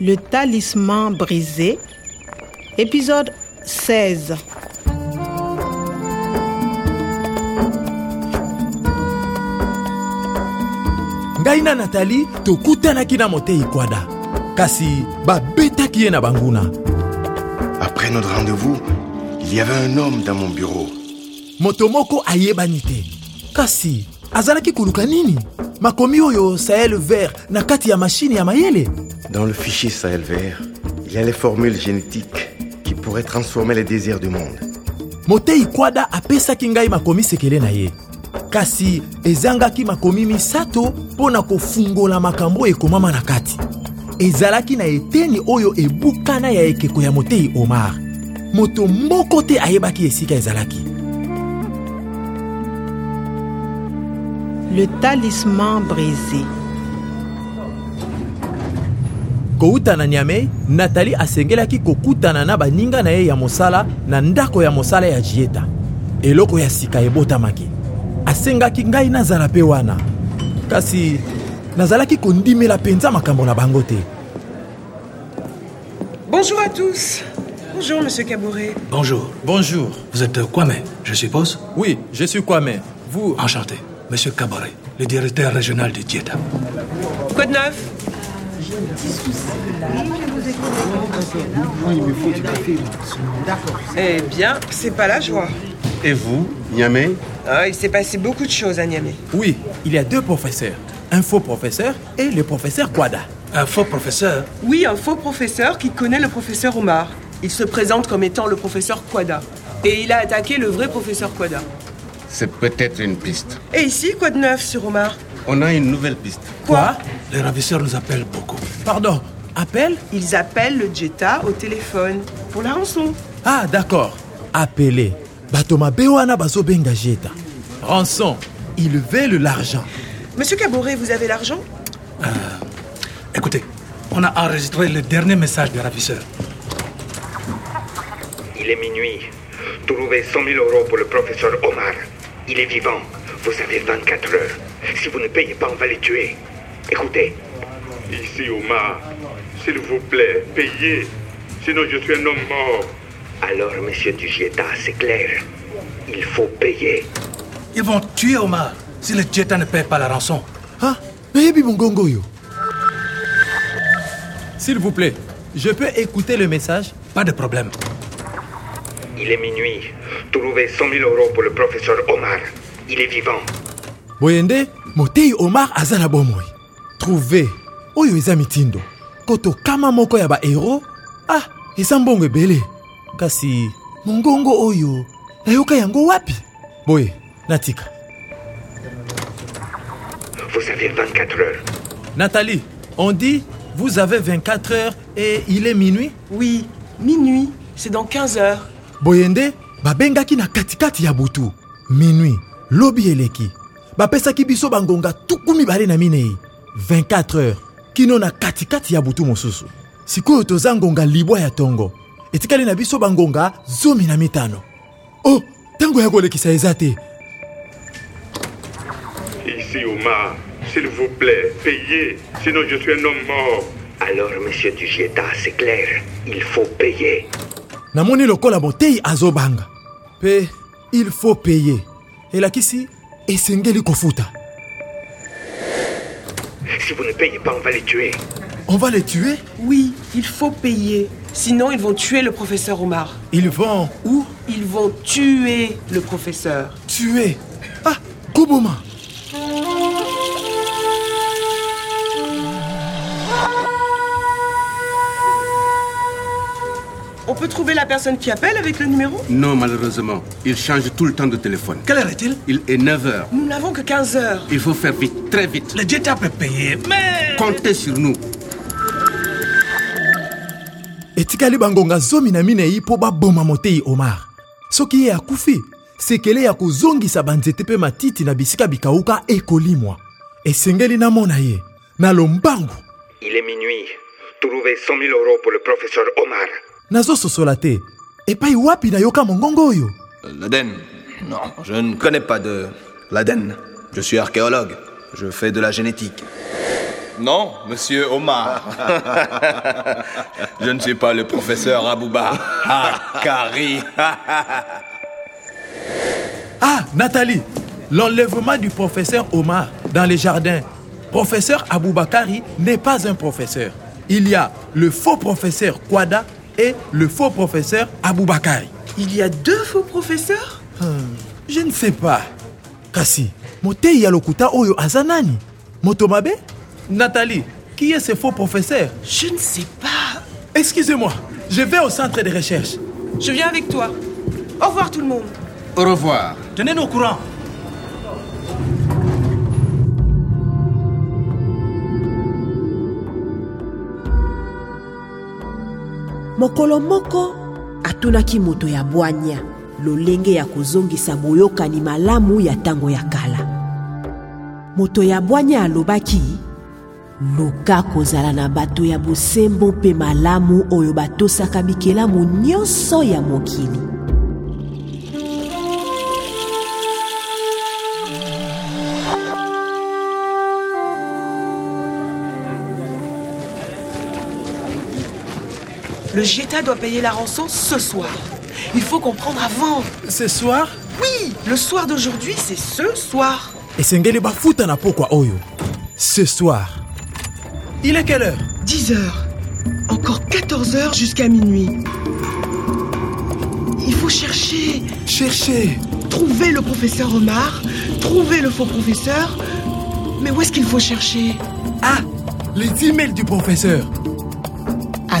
Le talisman brisé, épisode 16. ngai na natali tokutanaki na motei kwada kasi babetaki ye na banguna Après notre rendez-vous, il y avait un homme dans mon bureau. moto moko ayebani te kasi azalaki koluka nini makomi oyo sahel vert na kati ya mashine ya mayele Dans le fichier Sahel vert, il y a les formules génétiques qui pourraient transformer les désirs du monde. motei kwada apesaki ngai makomi sekele na ye kasi ezangaki makomi misato mpo na kofungola makambo ekomama na kati ezalaki na eteni oyo ebukana ya ekeko ya motei omar moto moko te ayebaki esika ezalaki Le talisman brisé. kowuta na niamei natali asengelaki kokutana na baninga na ye ya mosala na ndako ya mosala ya jieta eloko ya sika ebotamaki asengaki ngai nazala mpe wana kasi nazalaki kondimela mpenza makambo na bango te Bonjour à tous. Bonjour, monsieur Cabouret. Bonjour. bonjour Vous êtes euh, Kwame, je suppose oui je suis kwame vous Enchanté. Monsieur Cabaret, le directeur régional du Dieta. Quoi de neuf Eh bien, c'est pas la joie. Et vous, Niamey Ah, il s'est passé beaucoup de choses à Niamey. oui il y a deux professeurs un faux professeur et le professeur kwada Un faux professeur Oui, un faux professeur qui connaît le professeur Omar. Il se présente comme étant le professeur Quada. Et il a attaqué le vrai professeur Quada. C'est peut-être une piste. Et ici, quoi de neuf sur Omar On a une nouvelle piste. quoi Les ravisseurs nous appellent beaucoup. pardon appel Ils appellent le Jetta au téléphone pour la rançon. ah d'accord appelé bato mabe wana bazobenga jieta ranson il veulent l'argent Monsieur Cabouret, vous avez l'argent Écoutez, on a enregistré le dernier message des ravisseurs. Il est minuit. Trouvez 100 000 euros pour le professeur Omar. Il est vivant. Vous avez 24 heures. Si vous ne payez pas, on va les tuer. Écoutez. Ici Omar, s'il vous plaît, payez. Sinon je suis un homme mort. Alors, monsieur Dugieta, c'est clair. Il faut payer. Ils vont tuer Omar si le Dieta ne paye pas la rançon. ah nayebi mongongo oyo s'il vous plaît je peux écouter le message Pas de problème. Il est minuit. Trouvez 100 000 euros pour le professeur Omar. Il est vivant. boye nde motei omar aza na bomoi trouve oyo eza mitindo koto kama moko ya bahero ah eza mbongo ebele kasi mongongo oyo nayoka yango wapi boye natika Vous avez 24 heures. nathalie on dit vous avez 24 heures et il est minuit Oui, minuit. C'est dans 15 heures. boye nde babengaki na katikati ya butu minui lobi eleki bapesaki biso bangonga tuku mibale na minei 24 heures kino na katikati ya butu mosusu sikoyo toza ngonga libwa ya ntongo etikali na biso bangonga zomi na mitano o oh, ntango ya kolekisa eza te Ici Omar, s'il vous plaît, payez. Sinon je suis un homme mort. Alors, monsieur Dugieta, c'est clair. Il faut payer. namoni lokola motei azobanga mpe il faut paye elakisi esengeli kofuta Si vous ne payez pas, on va les tuer. on va le tuer Oui, il faut payer. Sinon, ils vont tuer le professeur Omar. ils vont Ou ils vont tuer le professeur. tuer ah koboma On peut trouver la personne qui appelle avec le numéro Non, malheureusement. Il change tout le temps de téléphone. Quelle heure est-il Il est 9h. Nous n'avons que 15 heures. Il faut faire vite, très vite. Le Dieta peut payer, mais. Comptez sur nous. etikali bangonga zomi na minei mpo baboma motei omar soki ye akufi sekele ya kozongisa banzete mpe matiti na bisika bikauka ekolimwa esengeli namona ye na lombangu Il est minuit. Trouvez 100 000 euros pour le professeur Omar. nazososola te epai wapi nayoka mongongo oyo L'Aden Non, je ne connais pas de l'Aden. Je suis archéologue. Je fais de la génétique. Non, monsieur Omar. Je ne suis pas le professeur Abouba. Ah, Kari. Ah, Nathalie, l'enlèvement du professeur Omar dans les jardins. Professeur Aboubakari n'est pas un professeur. Il y a le faux professeur Kwada et le faux professeur Aboubakari. Hmm, Il y a deux faux professeurs Je ne sais pas. Kasi, motei ya lokuta oyo azanani. Motomabe? Nathalie, qui est ce faux professeur Je ne sais pas. Excusez-moi, je vais au centre de recherche. Je viens avec toi. Au revoir tout le monde. Au revoir. Tenez-nous au courant. mokolo moko atunaki moto ya bwanya lolenge ya kozongisa boyokani malamu ya ntango ya kala moto ya bwanya alobaki luka kozala na bato ya bosembo mpe malamu oyo batosaka bikelamu nyonso ya mokili Le Jeta doit payer la rançon ce soir. Il faut comprendre avant. Ce soir, Oui, le soir d'aujourd'hui, c'est ce soir. Esengeli bafuta na pokwa oyo. Ce soir. Il est quelle heure 10 heures. Encore 14 heures jusqu'à minuit. Il faut chercher, Cherchez. trouver le professeur Omar, trouver le faux professeur. Mais où est-ce qu'il faut chercher Ah, les emails du professeur. À